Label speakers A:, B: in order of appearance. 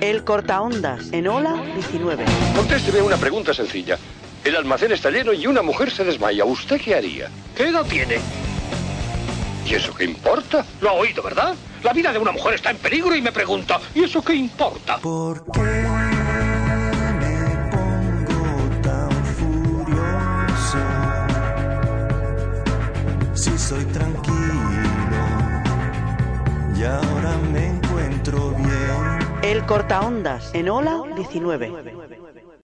A: El cortaondas en Ola 19.
B: Contésteme una pregunta sencilla. El almacén está lleno y una mujer se desmaya. ¿Usted qué haría?
C: ¿Qué edad tiene?
B: ¿Y eso qué importa?
C: Lo ha oído, ¿verdad? La vida de una mujer está en peligro y me pregunta, ¿y eso qué importa?
D: ¿Por qué me pongo tan furioso? Si soy tranquilo y ahora me encuentro bien.
A: El cortaondas en Ola 19.